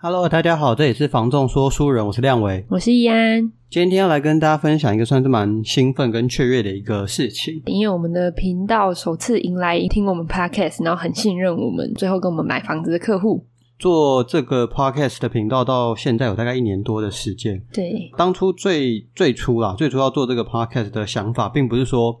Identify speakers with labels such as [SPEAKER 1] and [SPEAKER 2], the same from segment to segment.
[SPEAKER 1] Hello，大家好，这里是房仲说书人，我是亮维。
[SPEAKER 2] 我是易安，
[SPEAKER 1] 今天要来跟大家分享一个算是蛮兴奋跟雀跃的一个事情。
[SPEAKER 2] 因为我们的频道首次迎来听我们 podcast，然后很信任我们，最后跟我们买房子的客户。
[SPEAKER 1] 做这个 podcast 的频道到现在有大概一年多的时间。
[SPEAKER 2] 对，
[SPEAKER 1] 当初最最初啦，最初要做这个 podcast 的想法，并不是说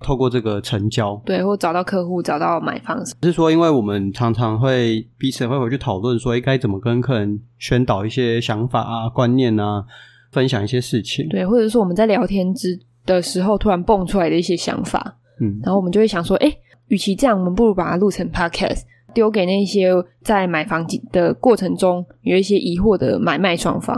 [SPEAKER 1] 透过这个成交，
[SPEAKER 2] 对，或找到客户，找到买房
[SPEAKER 1] 只是说因为我们常常会彼此会回去讨论，说诶该怎么跟客人宣导一些想法啊、观念啊，分享一些事情。
[SPEAKER 2] 对，或者说我们在聊天之的时候突然蹦出来的一些想法，
[SPEAKER 1] 嗯，
[SPEAKER 2] 然后我们就会想说，哎，与其这样，我们不如把它录成 podcast，丢给那些在买房的过程中有一些疑惑的买卖双方。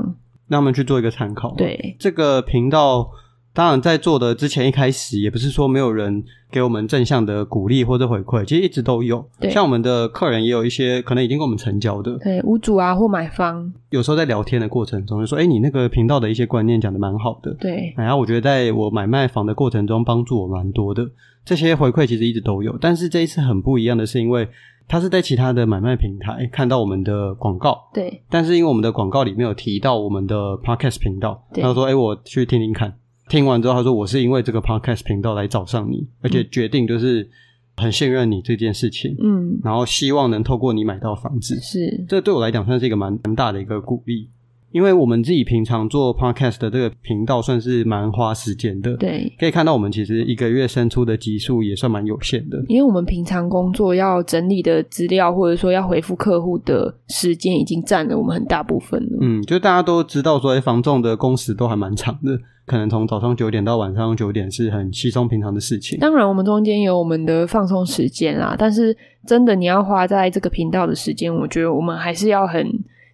[SPEAKER 1] 让他们去做一个参考。，
[SPEAKER 2] 对，
[SPEAKER 1] 这个频道当然在做的之前一开始也不是说没有人给我们正向的鼓励或者回馈，其实一直都有。
[SPEAKER 2] 对
[SPEAKER 1] 像我们的客人也有一些可能已经跟我们成交的，
[SPEAKER 2] 对，屋主啊或买方，
[SPEAKER 1] 有时候在聊天的过程中就说：“哎，你那个频道的一些观念讲的蛮好的。”
[SPEAKER 2] 对
[SPEAKER 1] 然后我觉得在我买卖房的过程中帮助我蛮多的，这些回馈其实一直都有，但是这一次很不一样的是，因为他是在其他的买卖平台看到我们的广告，
[SPEAKER 2] 对
[SPEAKER 1] 但是因为我们的广告里面有提到我们的 podcast 频道，
[SPEAKER 2] 对
[SPEAKER 1] 他说：“哎，我去听听看。”听完之后，他说：“我是因为这个 podcast 频道来找上你，而且决定就是很信任你这件事情，
[SPEAKER 2] 嗯，
[SPEAKER 1] 然后希望能透过你买到房子。”
[SPEAKER 2] 是，
[SPEAKER 1] 这对我来讲算是一个蛮蛮大的一个鼓励，因为我们自己平常做 podcast 的这个频道算是蛮花时间的，
[SPEAKER 2] 对，
[SPEAKER 1] 可以看到我们其实一个月生出的集数也算蛮有限的，
[SPEAKER 2] 因为我们平常工作要整理的资料，或者说要回复客户的时间，已经占了我们很大部分了。
[SPEAKER 1] 嗯，就大家都知道说，哎，房仲的工时都还蛮长的，可能从早上九点到晚上九点是很稀松平常的事情，
[SPEAKER 2] 当然，我们中间有我们的放松时间啦，但是真的你要花在这个频道的时间，我觉得我们还是要很，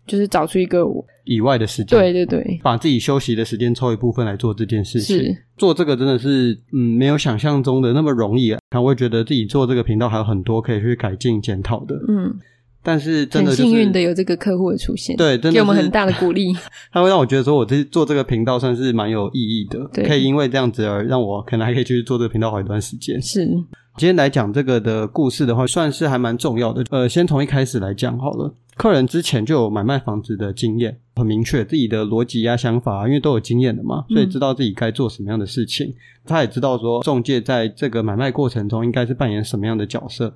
[SPEAKER 2] 就是找出一个，
[SPEAKER 1] 以外的时间，
[SPEAKER 2] 对，对对，
[SPEAKER 1] 把自己休息的时间抽一部分来做这件事情，
[SPEAKER 2] 是，
[SPEAKER 1] 做这个真的是，嗯，没有想象中的那么容易、啊，我会觉得自己做这个频道还有很多可以去改进检讨的，
[SPEAKER 2] 嗯，
[SPEAKER 1] 但是真
[SPEAKER 2] 很
[SPEAKER 1] 的、就是、
[SPEAKER 2] 幸运的有这个客户的出现，，
[SPEAKER 1] 对，真的
[SPEAKER 2] 给我们
[SPEAKER 1] 是
[SPEAKER 2] 很大的鼓 励，
[SPEAKER 1] 它会让我觉得说，我这做这个频道算是蛮有意义的，
[SPEAKER 2] 对
[SPEAKER 1] 可以因为这样子而让我可能还可以继续做这个频道好一段时 间。
[SPEAKER 2] 是，
[SPEAKER 1] 今天来讲这个的故事的话，算是还蛮重要的。呃，先从一开始来讲好了。客人之前就有买卖房子的经验，很明确自己的逻辑啊、想法啊，因为都有经验的嘛，所以
[SPEAKER 2] 嗯
[SPEAKER 1] 知道自己该做什么样的事情。他也知道说，中介在这个买卖过程中应该是扮演什么样的角色。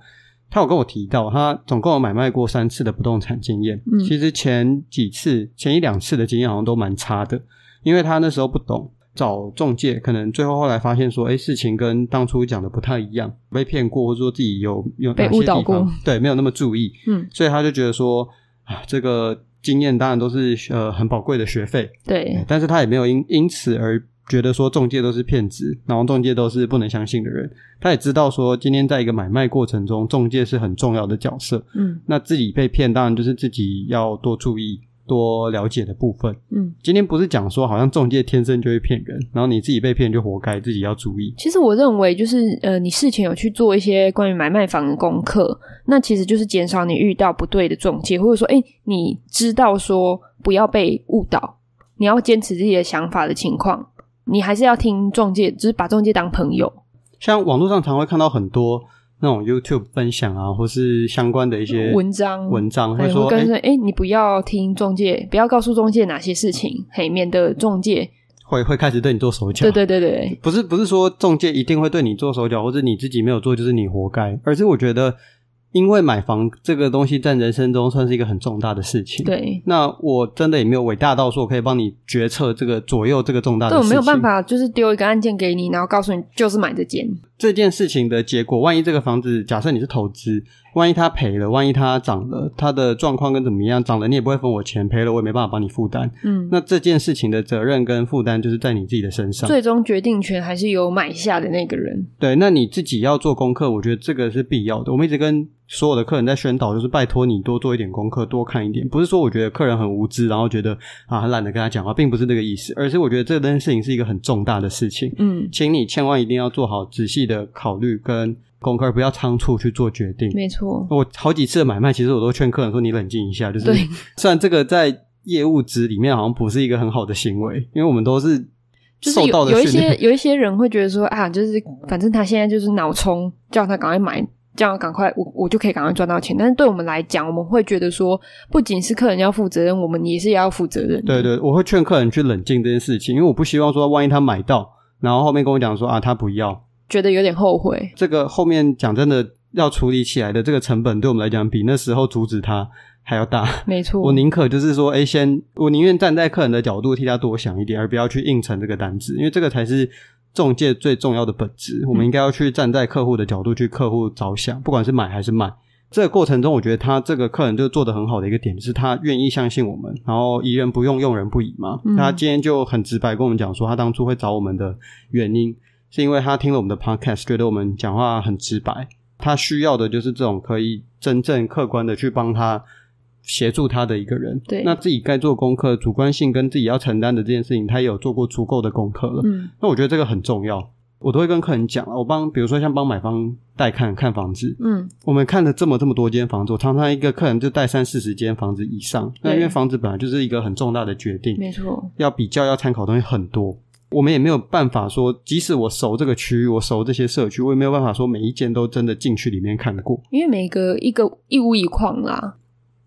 [SPEAKER 1] 他有跟我提到，他总共有买卖过三次的不动产经验。
[SPEAKER 2] 嗯
[SPEAKER 1] 其实前几次、前一两次的经验好像都蛮差的，因为他那时候不懂，找中介，可能最后后来发现说，哎，事情跟当初讲的不太一样，被骗过，或者说自己有有
[SPEAKER 2] 被
[SPEAKER 1] 哪些
[SPEAKER 2] 误导
[SPEAKER 1] 地方
[SPEAKER 2] 过，
[SPEAKER 1] 对，没有那么注意，
[SPEAKER 2] 嗯，
[SPEAKER 1] 所以他就觉得说，啊，这个经验当然都是呃很宝贵的学费，
[SPEAKER 2] 对，
[SPEAKER 1] 但是他也没有因因此而觉得说中介都是骗子，然后中介都是不能相信的人。他也知道说，今天在一个买卖过程中，中介是很重要的角色。
[SPEAKER 2] 嗯
[SPEAKER 1] 那自己被骗，当然就是自己要多注意、多了解的部分。
[SPEAKER 2] 嗯。
[SPEAKER 1] 今天不是讲说好像中介天生就会骗人，然后你自己被骗就活该，自己要注意。
[SPEAKER 2] 其实我认为，就是呃，你事前有去做一些关于买卖房的功课，那其实就是减少你遇到不对的中介，或者说，哎，你知道说不要被误导，你要坚持自己的想法的情况，你还是要听中介，就是把中介当朋友。
[SPEAKER 1] 像网络上常会看到很多那种 YouTube 分享啊，或是相关的一些
[SPEAKER 2] 文章
[SPEAKER 1] 文章会
[SPEAKER 2] 哎
[SPEAKER 1] 说，
[SPEAKER 2] 我跟
[SPEAKER 1] 哎、
[SPEAKER 2] 说，哎，你不要听中介，不要告诉中介哪些事情，嘿，免得中介，
[SPEAKER 1] 会会开始对你做手脚。
[SPEAKER 2] 对对对对，
[SPEAKER 1] 不是不是说中介一定会对你做手脚，或者你自己没有做就是你活该，而是我觉得，因为买房这个东西在人生中算是一个很重大的事情。，
[SPEAKER 2] 对，
[SPEAKER 1] 那我真的也没有伟大到说我可以帮你决策这个左右这个重大的
[SPEAKER 2] 对
[SPEAKER 1] 事
[SPEAKER 2] 我
[SPEAKER 1] 情。
[SPEAKER 2] 没有办。法，就是丢一个案件给你，然后告诉你就是买这间，
[SPEAKER 1] 这件事情的结果，万一这个房子假设你是投资，万一他赔了，万一他涨了，他的状况跟怎么样，涨了你也不会分我钱，赔了我也没办法帮你负担。
[SPEAKER 2] 嗯，
[SPEAKER 1] 那这件事情的责任跟负担就是在你自己的身上。
[SPEAKER 2] 最终决定权还是由买下的那个人。
[SPEAKER 1] 对，那你自己要做功课，我觉得这个是必要的。我们一直跟所有的客人在宣导，就是拜托你多做一点功课，多看一点。不是说我觉得客人很无知，然后觉得啊很懒得跟他讲话，并不是这个意思，而是我觉得这件事情是一个很重大的事情，
[SPEAKER 2] 嗯，
[SPEAKER 1] 请你千万一定要做好仔细的考虑跟功课，不要仓促去做决定。
[SPEAKER 2] 没错，
[SPEAKER 1] 我好几次的买卖，其实我都劝客人说：“你冷静一下。”就是
[SPEAKER 2] 对
[SPEAKER 1] 虽然这个在业务值里面好像不是一个很好的行为，因为我们都是
[SPEAKER 2] 就是
[SPEAKER 1] 受到
[SPEAKER 2] 有
[SPEAKER 1] 的
[SPEAKER 2] 有一
[SPEAKER 1] 训练
[SPEAKER 2] 些有一些人会觉得说啊，就是反正他现在就是脑冲，叫他赶快买。这样赶快，我我就可以赶快赚到钱。但是对我们来讲，我们会觉得说，不仅是客人要负责任，我们也是要负责任。
[SPEAKER 1] 对，对，我会劝客人去冷静这件事情，因为我不希望说万一他买到，然后后面跟我讲说啊他不要，
[SPEAKER 2] 觉得有点后悔。
[SPEAKER 1] 这个后面讲真的要处理起来的这个成本，对我们来讲比那时候阻止他还要大。
[SPEAKER 2] 没错，
[SPEAKER 1] 我宁可就是说，哎，先我宁愿站在客人的角度替他多想一点，而不要去硬承这个单子，因为这个才是中介最重要的本质。我们
[SPEAKER 2] 嗯
[SPEAKER 1] 应该要去站在客户的角度去客户着想，不管是买还是卖。这个过程中，我觉得他这个客人就做得很好的一个点，是他愿意相信我们，然后疑人不用，用人不疑嘛。
[SPEAKER 2] 嗯
[SPEAKER 1] 他今天就很直白跟我们讲说，他当初会找我们的原因，是因为他听了我们的 podcast，觉得我们讲话很直白，他需要的就是这种可以真正客观的去帮他协助他的一个人。
[SPEAKER 2] 对
[SPEAKER 1] 那自己该做功课，主观性跟自己要承担的这件事情，他也有做过足够的功课了。
[SPEAKER 2] 嗯
[SPEAKER 1] 那我觉得这个很重要，我都会跟客人讲啊，我帮，比如说像帮买方带看看房子，
[SPEAKER 2] 嗯，
[SPEAKER 1] 我们看了这么这么多间房子，我常常一个客人就带三四十间房子以上，那因为
[SPEAKER 2] 对
[SPEAKER 1] 房子本来就是一个很重大的决定，
[SPEAKER 2] 没错，
[SPEAKER 1] 要比较、要参考的东西很多。我们也没有办法说，即使我熟这个区域，我熟这些社区，我也没有办法说每一间都真的进去里面看过。
[SPEAKER 2] 因为每个一个一屋一况啦，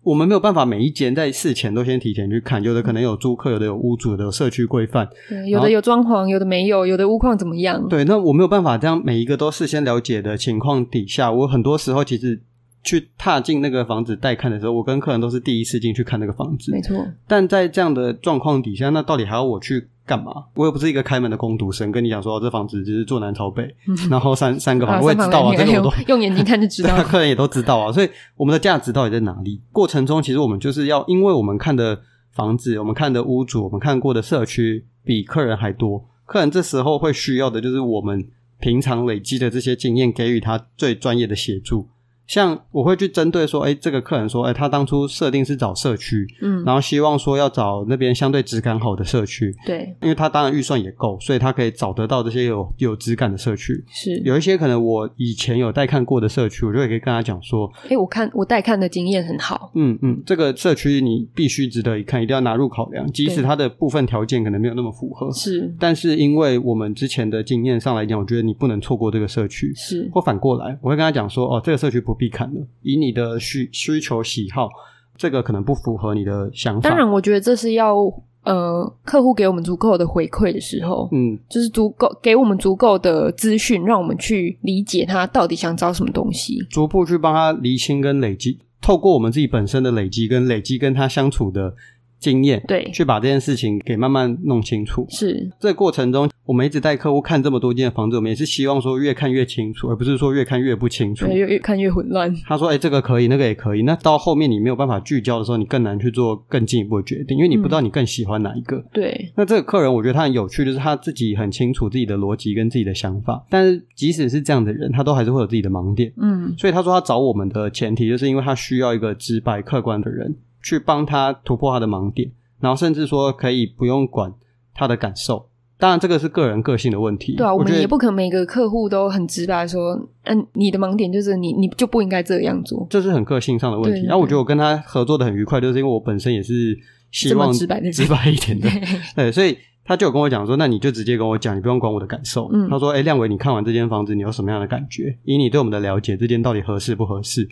[SPEAKER 1] 我们没有办法每一间在事前都先提前去看，有的可能有租客，有的有屋主，有的有社区规范。
[SPEAKER 2] 对有
[SPEAKER 1] 好
[SPEAKER 2] 的有装潢，有的没有，有的屋况怎么样？
[SPEAKER 1] 对，那我没有办法这样每一个都事先了解的情况底下，我很多时候其实去踏进那个房子带看的时候，我跟客人都是第一次进去看那个房子
[SPEAKER 2] 没。错，
[SPEAKER 1] 但在这样的状况底下，那到底还要我去干嘛？我又不是一个开门的工读生，跟你讲说、哦这房子就是坐南朝北，然后三三个
[SPEAKER 2] 啊
[SPEAKER 1] 房，我也
[SPEAKER 2] 三房
[SPEAKER 1] 知道啊，
[SPEAKER 2] 两
[SPEAKER 1] 这个
[SPEAKER 2] 厅
[SPEAKER 1] 我 都
[SPEAKER 2] 哎呦用眼睛看就知 道
[SPEAKER 1] 对啊客人也都知道啊。所以我们的价值到底在哪里？过程中，其实我们就是要，因为我们看的房子、我们看的屋主、我们看过的社区比客人还多，客人这时候会需要的就是我们平常累积的这些经验，给予他最专业的协助。像我会去针对说，哎，这个客人说，哎，他当初设定是找社区，
[SPEAKER 2] 嗯，
[SPEAKER 1] 然后希望说要找那边相对质感好的社区，
[SPEAKER 2] 对，
[SPEAKER 1] 因为他当然预算也够，所以他可以找得到这些有有质感的社区。
[SPEAKER 2] 是。
[SPEAKER 1] 有一些可能我以前有带看过的社区，我就也可以跟他讲说，
[SPEAKER 2] 哎，我看我带看的经验很好，
[SPEAKER 1] 嗯嗯，这个社区你必须值得一看，一定要纳入考量，即使
[SPEAKER 2] 对
[SPEAKER 1] 它的部分条件可能没有那么符合，
[SPEAKER 2] 是
[SPEAKER 1] 但是因为我们之前的经验上来讲，我觉得你不能错过这个社区。
[SPEAKER 2] 是，
[SPEAKER 1] 或反过来，我会跟他讲说，哦，这个社区不必看了，以你的需需求喜好，这个可能不符合你的想法。
[SPEAKER 2] 当然，我觉得这是要呃客户给我们足够的回馈的时候，
[SPEAKER 1] 嗯，
[SPEAKER 2] 就是足够给我们足够的资讯，让我们去理解他到底想找什么东西。
[SPEAKER 1] 逐步去帮他厘清跟累积，透过我们自己本身的累积跟累积跟他相处的经验，
[SPEAKER 2] 对，
[SPEAKER 1] 去把这件事情给慢慢弄清楚。
[SPEAKER 2] 是
[SPEAKER 1] 这个过程中，我们一直带客户看这么多间房子，我们也是希望说越看越清楚，而不是说越看越不清楚
[SPEAKER 2] 对。越越看越混乱。
[SPEAKER 1] 他说：“哎、这个可以，那个也可以。”那到后面你没有办法聚焦的时候，你更难去做更进一步的决定，因为你不知道你更喜欢哪一个。
[SPEAKER 2] 对，
[SPEAKER 1] 那这个客人，我觉得他很有趣，就是他自己很清楚自己的逻辑跟自己的想法，但是即使是这样的人，他都还是会有自己的盲点。
[SPEAKER 2] 嗯，
[SPEAKER 1] 所以他说他找我们的前提，就是因为他需要一个直白客观的人去帮他突破他的盲点，然后甚至说可以不用管他的感受。当然，这个是个人个性的问题。
[SPEAKER 2] 对啊，我
[SPEAKER 1] 觉
[SPEAKER 2] 们
[SPEAKER 1] 得
[SPEAKER 2] 也不可能每个客户都很直白说，嗯、你的盲点就是你，你就不应该这样做。
[SPEAKER 1] 这是很个性上的问题。
[SPEAKER 2] 对
[SPEAKER 1] 然后、我觉得我跟他合作的很愉快，就是因为我本身也是希
[SPEAKER 2] 这么
[SPEAKER 1] 望
[SPEAKER 2] 直白的人
[SPEAKER 1] 直白一点的
[SPEAKER 2] 对，
[SPEAKER 1] 对，所以他就有跟我讲说，那你就直接跟我讲，你不用管我的感受。
[SPEAKER 2] 嗯
[SPEAKER 1] 他说，哎、亮伟，你看完这间房子，你有什么样的感觉？以你对我们的了解，这间到底合适不合适？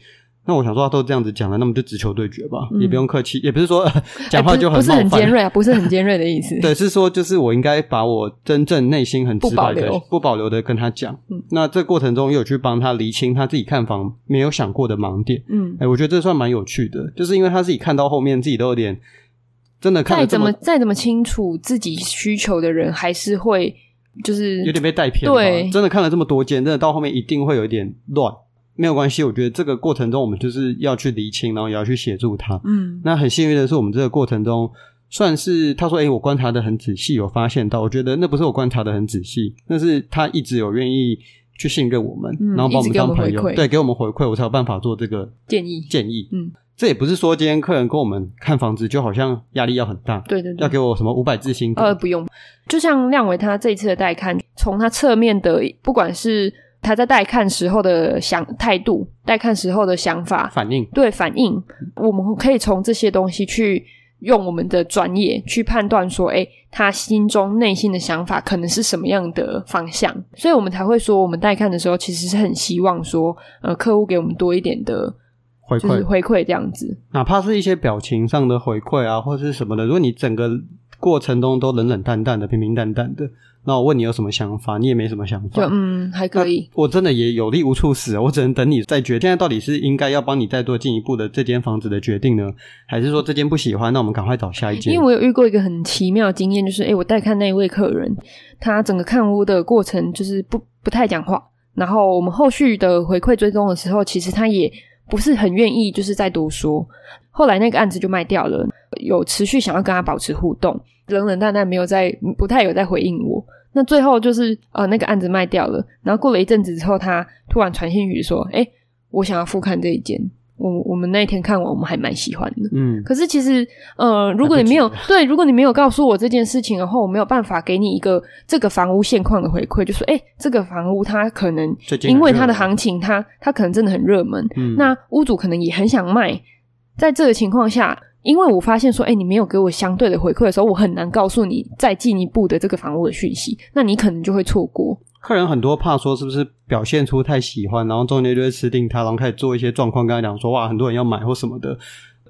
[SPEAKER 1] 那我想说，他啊都这样子讲了，那么就直球对决吧，
[SPEAKER 2] 嗯
[SPEAKER 1] 也不用客气，也不是 说呃讲、
[SPEAKER 2] 哎
[SPEAKER 1] 话
[SPEAKER 2] 不是
[SPEAKER 1] 就很
[SPEAKER 2] 不是很
[SPEAKER 1] 冒犯
[SPEAKER 2] 尖锐 啊，不是很尖锐的意思。
[SPEAKER 1] 对，是说就是我应该把我真正内心很直白
[SPEAKER 2] 不保
[SPEAKER 1] 的、
[SPEAKER 2] 留
[SPEAKER 1] 不保留的跟他讲。
[SPEAKER 2] 嗯
[SPEAKER 1] 那这过程中也有去帮他厘清他自己看房没有想过的盲点。
[SPEAKER 2] 嗯
[SPEAKER 1] 哎、，我觉得这算蛮有趣的，就是因为他自己看到后面自己都有点真的看
[SPEAKER 2] 再
[SPEAKER 1] 得这
[SPEAKER 2] 怎
[SPEAKER 1] 么
[SPEAKER 2] 么再怎么清楚自己需求的人，还是会就是
[SPEAKER 1] 有点被带偏吧，
[SPEAKER 2] 对
[SPEAKER 1] 真的看了这么多间，真的到后面一定会有一点乱。没有关系，我觉得这个过程中我们就是要去厘清，然后也要去协助他。
[SPEAKER 2] 嗯
[SPEAKER 1] 那很幸运的是，我们这个过程中算是他说：“诶，哎我观察的很仔细，有发现到。”我觉得那不是我观察的很仔细，那是他一直有愿意去信任我们，
[SPEAKER 2] 嗯
[SPEAKER 1] 然后把我
[SPEAKER 2] 一直
[SPEAKER 1] 们
[SPEAKER 2] 给我
[SPEAKER 1] 当
[SPEAKER 2] 们
[SPEAKER 1] 朋友
[SPEAKER 2] 回，馈
[SPEAKER 1] 对，给我们回馈，我才有办法做这个
[SPEAKER 2] 建议，
[SPEAKER 1] 建议。
[SPEAKER 2] 嗯，
[SPEAKER 1] 这也不是说今天客人跟我们看房子就好像压力要很大，
[SPEAKER 2] 对对对
[SPEAKER 1] 要。给我什么五百字薪
[SPEAKER 2] 嗯呃，
[SPEAKER 1] 呃，
[SPEAKER 2] 不用。就像亮伟他这一次的带看，从他侧面的，不管是他在带看时候的想态度，带看时候的想法，
[SPEAKER 1] 反应。
[SPEAKER 2] 对反应，我们可以从这些东西去用我们的专业去判断说，诶，他心中内心的想法可能是什么样的方向，所以我们才会说，我们带看的时候其实是很希望说，呃，客户给我们多一点的，
[SPEAKER 1] 回馈
[SPEAKER 2] 就是回馈这样子。
[SPEAKER 1] 哪怕是一些表情上的回馈啊，或是什么的，如果你整个过程中都冷冷淡淡的、平平淡淡的，那我问你有什么想法，你也没什么想
[SPEAKER 2] 就
[SPEAKER 1] 法。
[SPEAKER 2] 嗯，还可以，
[SPEAKER 1] 我真的也有力无处使啊，我只能等你再决定，现在到底是应该要帮你再做进一步的这间房子的决定呢，还是说这间不喜欢，那我们赶快找下一间？
[SPEAKER 2] 因为我有遇过一个很奇妙的经验，就是诶，我带看那一位客人，他整个看屋的过程就是不不太讲话，然后我们后续的回馈追踪的时候，其实他也不是很愿意，就是再多说。后来那个案子就卖掉了，有持续想要跟他保持互动，冷冷淡淡没有在不太有在回应我。那最后就是呃那个案子卖掉了，然后过了一阵子之后，他突然传信息说：“诶，我想要复看这一间，我我们那一天看完，我们还蛮喜欢的。”
[SPEAKER 1] 嗯，
[SPEAKER 2] 可是其实，呃，如果你没有对，如果你没有告诉我这件事情的话，我没有办法给你一个这个房屋现况的回馈，就说，哎、这个房屋它可能
[SPEAKER 1] 最近很
[SPEAKER 2] 因为它的
[SPEAKER 1] 热门
[SPEAKER 2] 行情，它它可能真的很热门，
[SPEAKER 1] 嗯
[SPEAKER 2] 那屋主可能也很想卖，在这个情况下。因为我发现说，哎、你没有给我相对的回馈的时候，我很难告诉你再进一步的这个房屋的讯息，那你可能就会错过。
[SPEAKER 1] 客人很多怕说是不是表现出太喜欢，然后中间就会吃定他，然后开始做一些状况跟他讲说哇，很多人要买或什么的，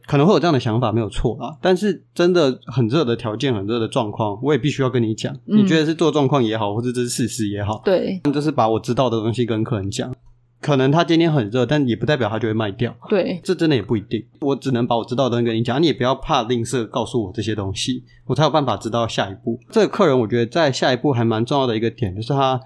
[SPEAKER 1] 可能会有这样的想法，没有错啦。但是真的很热的条件，很热的状况，我也必须要跟你讲，
[SPEAKER 2] 嗯
[SPEAKER 1] 你觉得是做状况也好，或者这是事实也好，
[SPEAKER 2] 对
[SPEAKER 1] 就是把我知道的东西跟客人讲。可能他今天很热，但也不代表他就会卖掉，
[SPEAKER 2] 对，
[SPEAKER 1] 这真的也不一定。我只能把我知道的东西跟你讲，你也不要怕吝啬告诉我这些东西，我才有办法知道下一步。这个客人，我觉得在下一步还蛮重要的一个点，就是他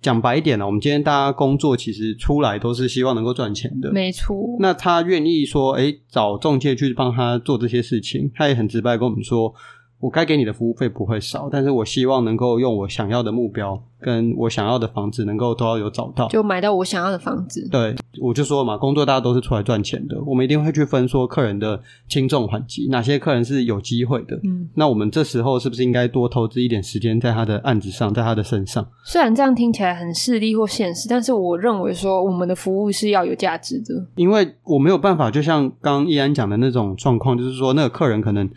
[SPEAKER 1] 讲白一点啊呢、我们今天大家工作其实出来都是希望能够赚钱的。
[SPEAKER 2] 没错。
[SPEAKER 1] 那他愿意说，诶，找中介去帮他做这些事情，他也很直白地跟我们说，我该给你的服务费不会少，但是我希望能够用我想要的目标跟我想要的房子能够都要有找到。
[SPEAKER 2] 就买到我想要的房子。
[SPEAKER 1] 对，我就说嘛，工作大家都是出来赚钱的，我们一定会去分说客人的轻重缓急，哪些客人是有机会的。
[SPEAKER 2] 嗯，
[SPEAKER 1] 那我们这时候是不是应该多投资一点时间在他的案子上，在他的身上？
[SPEAKER 2] 虽然这样听起来很势利或现实，但是我认为说我们的服务是要有价值的。
[SPEAKER 1] 因为我没有办法，就像刚刚易安讲的那种状况，就是说那个客人可能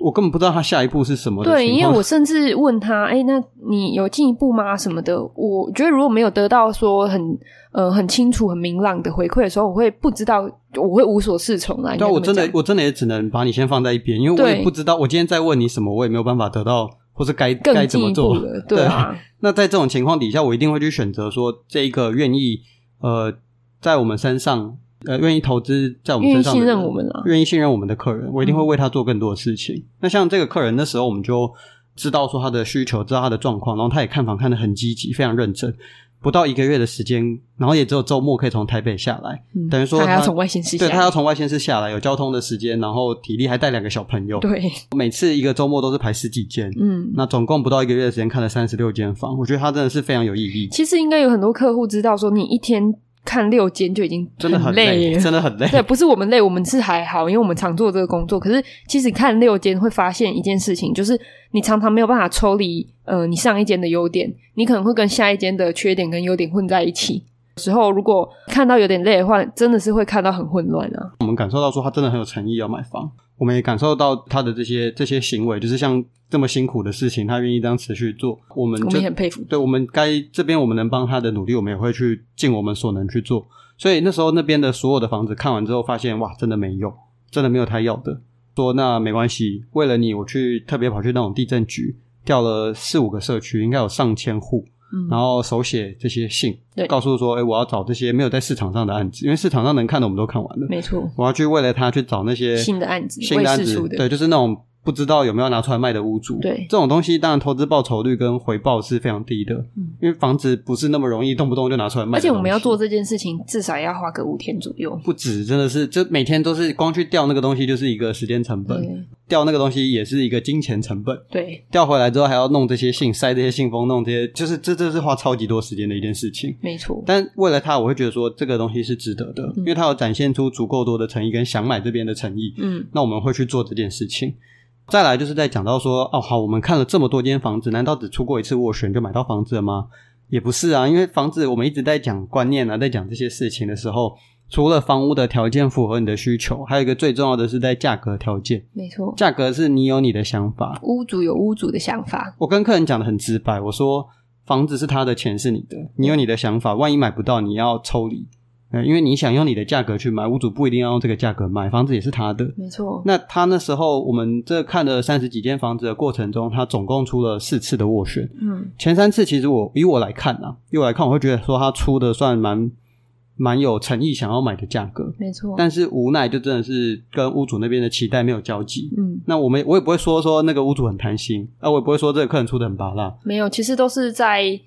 [SPEAKER 1] 我根本不知道他下一步是什么的
[SPEAKER 2] 对，
[SPEAKER 1] 情
[SPEAKER 2] 因为
[SPEAKER 1] 况
[SPEAKER 2] 我甚至问他，哎、那你有进一步吗？什么的？我觉得如果没有得到说很呃很清楚、很明朗的回馈的时候，我会不知道，我会无所适从啦。应该
[SPEAKER 1] 对啊，我
[SPEAKER 2] 这么
[SPEAKER 1] 真的
[SPEAKER 2] 讲
[SPEAKER 1] 我真的也只能把你先放在一边，因为我也
[SPEAKER 2] 对
[SPEAKER 1] 不知道，我今天再问你什么，我也没有办法得到，或是该
[SPEAKER 2] 更
[SPEAKER 1] 该怎
[SPEAKER 2] 进
[SPEAKER 1] 么
[SPEAKER 2] 一
[SPEAKER 1] 做
[SPEAKER 2] 步了，对啊，
[SPEAKER 1] 那在这种情况底下，我一定会去选择说这一个愿意呃在我们身上呃愿意投资在我们
[SPEAKER 2] 愿
[SPEAKER 1] 身
[SPEAKER 2] 意
[SPEAKER 1] 上的
[SPEAKER 2] 信
[SPEAKER 1] 人
[SPEAKER 2] 任我们啦。嗯
[SPEAKER 1] 愿意信任我们的客人，我一定会为他做更多的事情。那像这个客人，那时候我们就知道说他的需求，知道他的状况，然后他也看房看得很积极，非常认真。不到一个月的时间，然后也只有周末可以从台北下来，
[SPEAKER 2] 嗯
[SPEAKER 1] 等于说
[SPEAKER 2] 他还要
[SPEAKER 1] 他
[SPEAKER 2] 从外形试
[SPEAKER 1] 对
[SPEAKER 2] 下，
[SPEAKER 1] 他要从外县市下来，有交通的时间，然后体力还带两个小朋友，
[SPEAKER 2] 对，
[SPEAKER 1] 每次一个周末都是排十几间，
[SPEAKER 2] 嗯，
[SPEAKER 1] 那总共不到一个月的时间看了三十六间房，我觉得他真的是非常有意义，
[SPEAKER 2] 其实应该有很多客户知道说，你一天看六间就已经
[SPEAKER 1] 真的很
[SPEAKER 2] 累
[SPEAKER 1] 累，
[SPEAKER 2] 了，
[SPEAKER 1] 真的很累。
[SPEAKER 2] 对，不是我们累，我们是还好，因为我们常做这个工作。可是其实看六间会发现一件事情，就是你常常没有办法抽离，呃，你上一间的优点，你可能会跟下一间的缺点跟优点混在一起。时候如果看到有点累的话，真的是会看到很混乱啊。
[SPEAKER 1] 我们感受到说他真的很有诚意要买房，我们也感受到他的这些这些行为，就是像这么辛苦的事情，他愿意这样持续做，我们
[SPEAKER 2] 我
[SPEAKER 1] 就
[SPEAKER 2] 们也很佩服。
[SPEAKER 1] 对我们该这边我们能帮他的努力，我们也会去尽我们所能去做。所以那时候那边的所有的房子看完之后，发现哇，真的没有，真的没有他要的。说那没关系，为了你，我去特别跑去那种地震局调了四五个社区，应该有上千户，
[SPEAKER 2] 嗯
[SPEAKER 1] 然后手写这些信
[SPEAKER 2] 对，
[SPEAKER 1] 告诉说，哎，我要找这些没有在市场上的案子，因为市场上能看的我们都看完了，
[SPEAKER 2] 没错，
[SPEAKER 1] 我要去为了他去找那些
[SPEAKER 2] 新的案子
[SPEAKER 1] 新的案
[SPEAKER 2] 未释
[SPEAKER 1] 子，
[SPEAKER 2] 出的
[SPEAKER 1] 对，就是那种。不知道有没有拿出来卖的屋主。
[SPEAKER 2] 对
[SPEAKER 1] 这种东西，当然投资报酬率跟回报是非常低的，
[SPEAKER 2] 嗯
[SPEAKER 1] 因为房子不是那么容易动不动就拿出来卖的东
[SPEAKER 2] 而
[SPEAKER 1] 西。
[SPEAKER 2] 且我们要做这件事情，至少要花个五天左右。
[SPEAKER 1] 不止，真的是这每天都是光去调那个东西就是一个时间成本，
[SPEAKER 2] 对
[SPEAKER 1] 调那个东西也是一个金钱成本，
[SPEAKER 2] 对，
[SPEAKER 1] 调回来之后还要弄这些信，塞这些信封，弄这些，就是这这是花超级多时间的一件事情。
[SPEAKER 2] 没错。
[SPEAKER 1] 但为了它，我会觉得说这个东西是值得的，因为它有展现出足够多的诚意跟想买这边的诚意。
[SPEAKER 2] 嗯，
[SPEAKER 1] 那我们会去做这件事情。再来就是在讲到说，哦，好，我们看了这么多间房子，难道只出过一次斡旋就买到房子了吗？也不是啊，因为房子我们一直在讲观念啊，在讲这些事情的时候，除了房屋的条件符合你的需求，还有一个最重要的是在价格条件。
[SPEAKER 2] 没错。
[SPEAKER 1] 价格是你有你的想法。
[SPEAKER 2] 屋主有屋主的想法，
[SPEAKER 1] 我跟客人讲的很直白，我说房子是他的，钱是你的，你有你的想法，万一买不到，你要抽离。呃，因为你想用你的价格去买，屋主不一定要用这个价格买，房子也是他的。
[SPEAKER 2] 没错。
[SPEAKER 1] 那他那时候我们这看了三十几间房子的过程中，他总共出了四次的斡旋。
[SPEAKER 2] 嗯，
[SPEAKER 1] 前三次其实我以我来看啊，以我来看，我会觉得说他出的算蛮蛮有诚意，想要买的价格。
[SPEAKER 2] 没错。
[SPEAKER 1] 但是无奈就真的是跟屋主那边的期待没有交集。
[SPEAKER 2] 嗯，
[SPEAKER 1] 那我们我也不会说说那个屋主很贪心，啊，我也不会说这个客人出的很拔辣，
[SPEAKER 2] 没有，其实都是在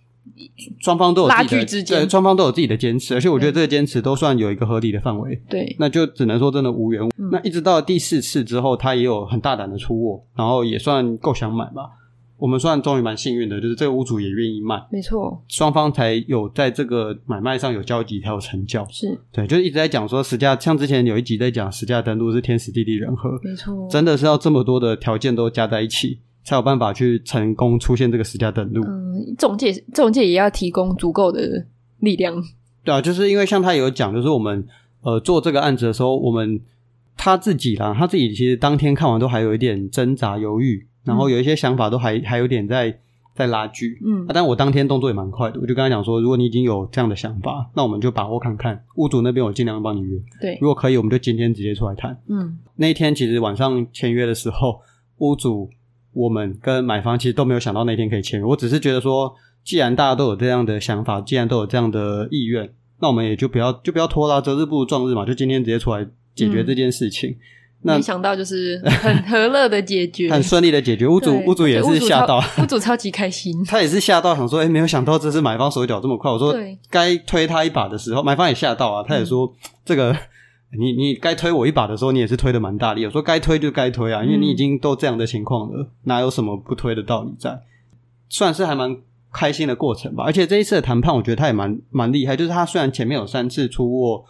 [SPEAKER 1] 双方都有自己的
[SPEAKER 2] 拉锯之间嗯
[SPEAKER 1] 对，双方都有自己的坚持，而且我觉得这个坚持都算有一个合理的范围。
[SPEAKER 2] 对
[SPEAKER 1] 那就只能说真的无缘。
[SPEAKER 2] 嗯
[SPEAKER 1] 那一直到第四次之后，他也有很大胆的出货，然后也算够想买吧。我们算终于蛮幸运的，就是这个屋主也愿意卖，
[SPEAKER 2] 没错，
[SPEAKER 1] 双方才有在这个买卖上有交集，才有成交。
[SPEAKER 2] 是
[SPEAKER 1] 对，就是一直在讲说实价，像之前有一集在讲实价登录是天时地利人和，
[SPEAKER 2] 没错。
[SPEAKER 1] 真的是要这么多的条件都加在一起，才有办法去成功出现这个实价登录。
[SPEAKER 2] 嗯，中介中介也要提供足够的力量。
[SPEAKER 1] 对啊，就是因为像他有讲，就是我们呃做这个案子的时候，我们他自己啦，他自己其实当天看完都还有一点挣扎犹豫，然后有一些想法都还还有点在在拉锯。
[SPEAKER 2] 嗯
[SPEAKER 1] 啊，但我当天动作也蛮快的，我就跟他讲说，如果你已经有这样的想法，那我们就把握看看。屋主那边我尽量帮你约，
[SPEAKER 2] 对
[SPEAKER 1] 如，果可以，我们就今天直接出来谈。
[SPEAKER 2] 嗯，
[SPEAKER 1] 那一天其实晚上签约的时候，屋主、我们跟买方其实都没有想到那天可以签约。我只是觉得说，既然大家都有这样的想法，既然都有这样的意愿，那我们也就不要就不要拖啦，择日不如撞日嘛，就今天直接出来解决这件事情，那
[SPEAKER 2] 没想到就是很和乐的解 决，
[SPEAKER 1] 很顺利的解决。屋主
[SPEAKER 2] 对
[SPEAKER 1] 屋主也是吓到
[SPEAKER 2] 屋主。超屋主超级开心。
[SPEAKER 1] 他也是吓到，想说：“哎、没有想到这是买方手脚这么快。”我说
[SPEAKER 2] 对：“嗯
[SPEAKER 1] 该推他一把的时候，买方也吓到啊。”他也说：“这个，你你该推我一把的时候，你也是推的蛮大力。”我说：“该推就该推啊，因为
[SPEAKER 2] 嗯
[SPEAKER 1] 你已经都这样的情况了，哪有什么不推的道理在？”算是还蛮开心的过程吧。而且这一次的谈判，我觉得他也蛮蛮厉害，就是他虽然前面有三次出过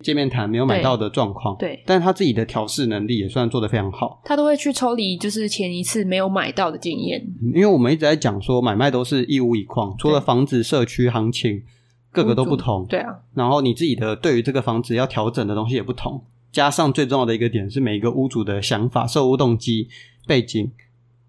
[SPEAKER 1] 见面谈没有买
[SPEAKER 2] 对
[SPEAKER 1] 到的状况，
[SPEAKER 2] 对
[SPEAKER 1] 但他自己的调试能力也算做得非常好。
[SPEAKER 2] 他都会去抽离，就是前一次没有买到的经验，
[SPEAKER 1] 嗯因为我们一直在讲说买卖都是一屋一况，除了
[SPEAKER 2] 对
[SPEAKER 1] 房子、社区、行情，各个都不同。
[SPEAKER 2] 对啊，
[SPEAKER 1] 然后你自己的对于这个房子要调整的东西也不同，加上最重要的一个点是每一个屋主的想法、售屋动机、背景、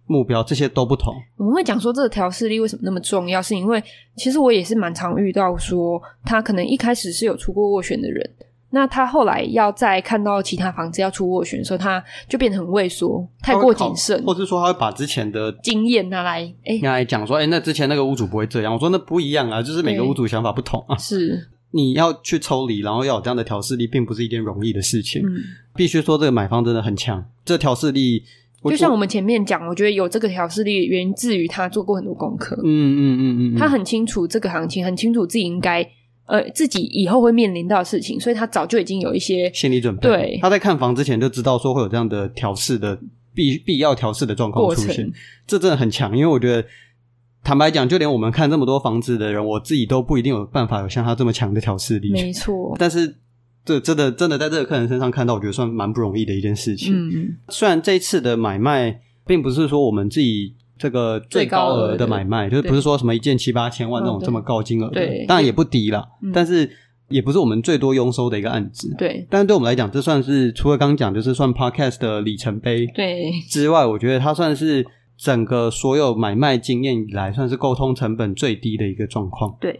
[SPEAKER 1] 目标这些都不同。
[SPEAKER 2] 我们会讲说这个调试力为什么那么重要，是因为其实我也是蛮常遇到说，他可能一开始是有出过斡旋的人，那他后来要在看到其他房子要出斡旋的时候，他就变得很畏缩，太过谨慎，
[SPEAKER 1] 或是说他会把之前的。
[SPEAKER 2] 经验拿来，哎、
[SPEAKER 1] 拿来讲说，哎、那之前那个屋主不会这样。我说那不一样啊，就是每个
[SPEAKER 2] 对
[SPEAKER 1] 屋主想法不同啊。
[SPEAKER 2] 是，
[SPEAKER 1] 你要去抽离，然后要有这样的调试力，并不是一件容易的事情。
[SPEAKER 2] 嗯，
[SPEAKER 1] 必须说，这个买方真的很强，这调试力，
[SPEAKER 2] 就像我们前面讲，我觉得有这个调试力，源自于他做过很多功课，
[SPEAKER 1] 嗯嗯嗯嗯，嗯
[SPEAKER 2] 他很清楚这个行情，很清楚自己应该。呃，自己以后会面临到的事情，所以他早就已经有一些
[SPEAKER 1] 心理准备。
[SPEAKER 2] 对
[SPEAKER 1] 他在看房之前就知道说会有这样的调试的必必要调试的状况
[SPEAKER 2] 过
[SPEAKER 1] 出现
[SPEAKER 2] 程，，
[SPEAKER 1] 这真的很强。因为我觉得，坦白讲，就连我们看这么多房子的人，我自己都不一定有办法有像他这么强的调试力。
[SPEAKER 2] 没错，
[SPEAKER 1] 但是，这真的真的在这个客人身上看到，我觉得算蛮不容易的一件事情。
[SPEAKER 2] 嗯，
[SPEAKER 1] 虽然这一次的买卖，并不是说我们自己。这个最高额的买卖，就是
[SPEAKER 2] 对
[SPEAKER 1] 不是说什么一件七八千万那
[SPEAKER 2] 嗯
[SPEAKER 1] 种
[SPEAKER 2] 对
[SPEAKER 1] 这么高金额的
[SPEAKER 2] 对，
[SPEAKER 1] 当然也不低啦
[SPEAKER 2] 嗯，
[SPEAKER 1] 但是也不是我们最多佣收的一个案子。
[SPEAKER 2] 对
[SPEAKER 1] 但是对我们来讲，这算是除了刚讲就是算 podcast 的里程碑
[SPEAKER 2] 对，
[SPEAKER 1] 之外，我觉得它算是整个所有买卖经验以来，算是沟通成本最低的一个状况。
[SPEAKER 2] 对，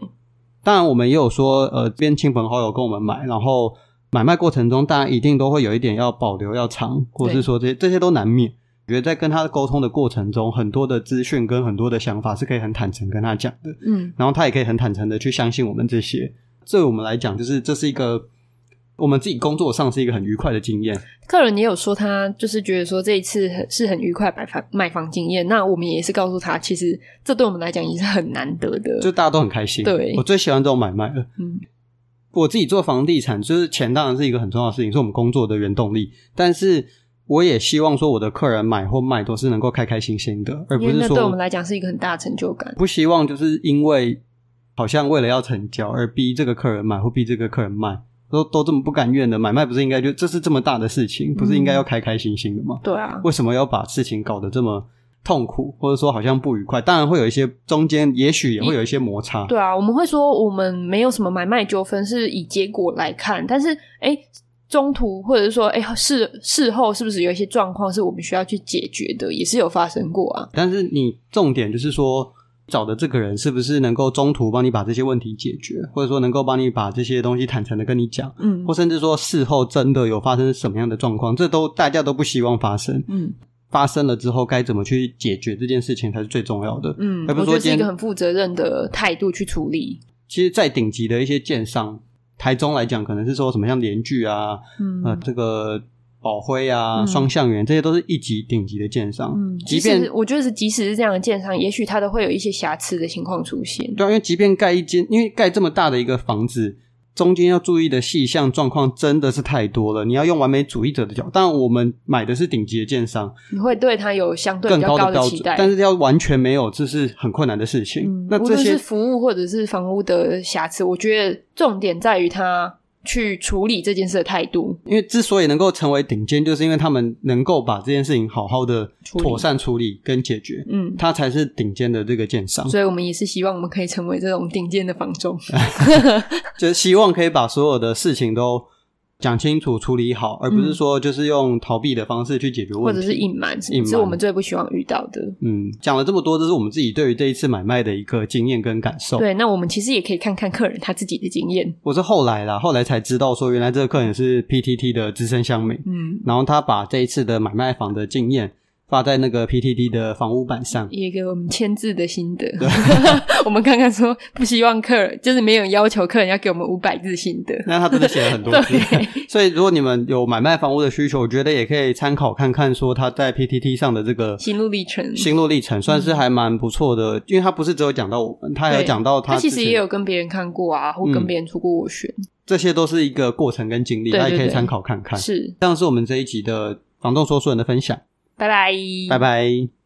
[SPEAKER 1] 当然，我们也有说，呃，这边亲朋好友跟我们买，然后买卖过程中，大家一定都会有一点要保留、要藏，或是说这些这些都难免。我觉得在跟他沟通的过程中，很多的资讯跟很多的想法是可以很坦诚跟他讲的。
[SPEAKER 2] 嗯，
[SPEAKER 1] 然后他也可以很坦诚的去相信我们这些。对我们来讲，就是这是一个我们自己工作上是一个很愉快的经验。
[SPEAKER 2] 客人也有说，他就是觉得说这一次很是很愉快买房卖房经验。那我们也是告诉他，其实这对我们来讲也是很难得的。
[SPEAKER 1] 就大家都很开心。
[SPEAKER 2] 对
[SPEAKER 1] 我最喜欢这种买卖了。
[SPEAKER 2] 嗯，
[SPEAKER 1] 我自己做房地产，就是钱当然是一个很重要的事情，是我们工作的原动力。但是我也希望说，我的客人买或卖都是能够开开心心的，而不
[SPEAKER 2] 因为
[SPEAKER 1] 是
[SPEAKER 2] 那对我们
[SPEAKER 1] 说
[SPEAKER 2] 来讲是一个很大的成就感。
[SPEAKER 1] 不希望就是因为好像为了要成交而逼这个客人买或逼这个客人卖，都都这么不甘愿的买卖，不是应该就这是这么大的事情，不是
[SPEAKER 2] 嗯
[SPEAKER 1] 应该要开开心心的吗？
[SPEAKER 2] 对啊，
[SPEAKER 1] 为什么要把事情搞得这么痛苦，或者说好像不愉快？当然会有一些中间，也许也会有一些摩擦。
[SPEAKER 2] 对啊，我们会说我们没有什么买卖纠纷，是以结果来看。但是，哎，中途或者是说，哎，事事后是不是有一些状况是我们需要去解决的，也是有发生过啊。
[SPEAKER 1] 但是你重点就是说，找的这个人是不是能够中途帮你把这些问题解决，或者说能够帮你把这些东西坦诚的跟你讲，
[SPEAKER 2] 嗯
[SPEAKER 1] 或甚至说事后真的有发生什么样的状况，这都大家都不希望发生。
[SPEAKER 2] 嗯
[SPEAKER 1] 发生了之后该怎么去解决这件事情才是最重要的。
[SPEAKER 2] 嗯，
[SPEAKER 1] 而不
[SPEAKER 2] 我
[SPEAKER 1] 是
[SPEAKER 2] 觉
[SPEAKER 1] 说
[SPEAKER 2] 得是一
[SPEAKER 1] 今
[SPEAKER 2] 个
[SPEAKER 1] 天
[SPEAKER 2] 很负责任的态度去处理。
[SPEAKER 1] 其实，在顶级的一些建商，台中来讲，可能是说什么像联聚啊，
[SPEAKER 2] 嗯
[SPEAKER 1] 呃，这个宝辉啊、
[SPEAKER 2] 嗯
[SPEAKER 1] 双向园，这些都是一级顶级的建商。
[SPEAKER 2] 嗯，即
[SPEAKER 1] 即
[SPEAKER 2] 便
[SPEAKER 1] 便
[SPEAKER 2] 我觉得是，即使是这样的建商，也许它都会有一些瑕疵的情况出现。
[SPEAKER 1] 对啊、因为即便盖一间，因为盖这么大的一个房子，中间要注意的细项状况真的是太多了。你要用完美主义者的角，当然我们买的是顶级的建商，
[SPEAKER 2] 你会对它有相对
[SPEAKER 1] 更
[SPEAKER 2] 比较
[SPEAKER 1] 高
[SPEAKER 2] 高
[SPEAKER 1] 的标
[SPEAKER 2] 期
[SPEAKER 1] 准，
[SPEAKER 2] 待。
[SPEAKER 1] 但是要完全没有，这是很困难的事情。
[SPEAKER 2] 嗯，
[SPEAKER 1] 那
[SPEAKER 2] 无
[SPEAKER 1] 这
[SPEAKER 2] 论
[SPEAKER 1] 些
[SPEAKER 2] 是服务或者是房屋的瑕疵，我觉得重点在于他去处理这件事的态度。
[SPEAKER 1] 因为之所以能够成为顶尖，就是因为他们能够把这件事情好好的
[SPEAKER 2] 处理
[SPEAKER 1] 妥善处理跟解决，
[SPEAKER 2] 嗯，
[SPEAKER 1] 他才是顶尖的这个建商。
[SPEAKER 2] 所以我们也是希望我们可以成为这种顶尖的房仲。
[SPEAKER 1] 就是希望可以把所有的事情都讲清楚、处理好，而不是说就是用逃避的方式去解决
[SPEAKER 2] 嗯或
[SPEAKER 1] 问
[SPEAKER 2] 者
[SPEAKER 1] 题。
[SPEAKER 2] 是隐瞒，
[SPEAKER 1] 隐
[SPEAKER 2] 是
[SPEAKER 1] 瞒
[SPEAKER 2] 我们最不希望遇到的。
[SPEAKER 1] 嗯，讲了这么多，这是我们自己对于这一次买卖的一个经验跟感受。
[SPEAKER 2] 对，那我们其实也可以看看客人他自己的经验。
[SPEAKER 1] 我是后来啦，后来才知道说，原来这个客人是 PTT 的资深乡民，
[SPEAKER 2] 嗯，
[SPEAKER 1] 然后他把这一次的买卖房的经验发在那个 PTT 的房屋版上。
[SPEAKER 2] 也给我们签字的心得。 我们看看说，不希望客人就是没有要求客人要给我们五百字心得。
[SPEAKER 1] 那他真的写了很多 字，所以如果你们有买卖房屋的需求，我觉得也可以参考看看，说他在 PTT 上的这个
[SPEAKER 2] 心路历程，嗯
[SPEAKER 1] 心路历程，算是还蛮不错的，因为他不是只有讲到我们，他还有
[SPEAKER 2] 对
[SPEAKER 1] 讲到
[SPEAKER 2] 他其实
[SPEAKER 1] 之前
[SPEAKER 2] 也有跟别人看过啊，或
[SPEAKER 1] 嗯
[SPEAKER 2] 跟别人出过斡旋，
[SPEAKER 1] 这些都是一个过程跟经历，
[SPEAKER 2] 对
[SPEAKER 1] 大家可
[SPEAKER 2] 对
[SPEAKER 1] 以
[SPEAKER 2] 对
[SPEAKER 1] 参考看看。
[SPEAKER 2] 是，嗯
[SPEAKER 1] 这样是我们这一集的房东说书人的分享，
[SPEAKER 2] 拜拜，
[SPEAKER 1] 拜。拜。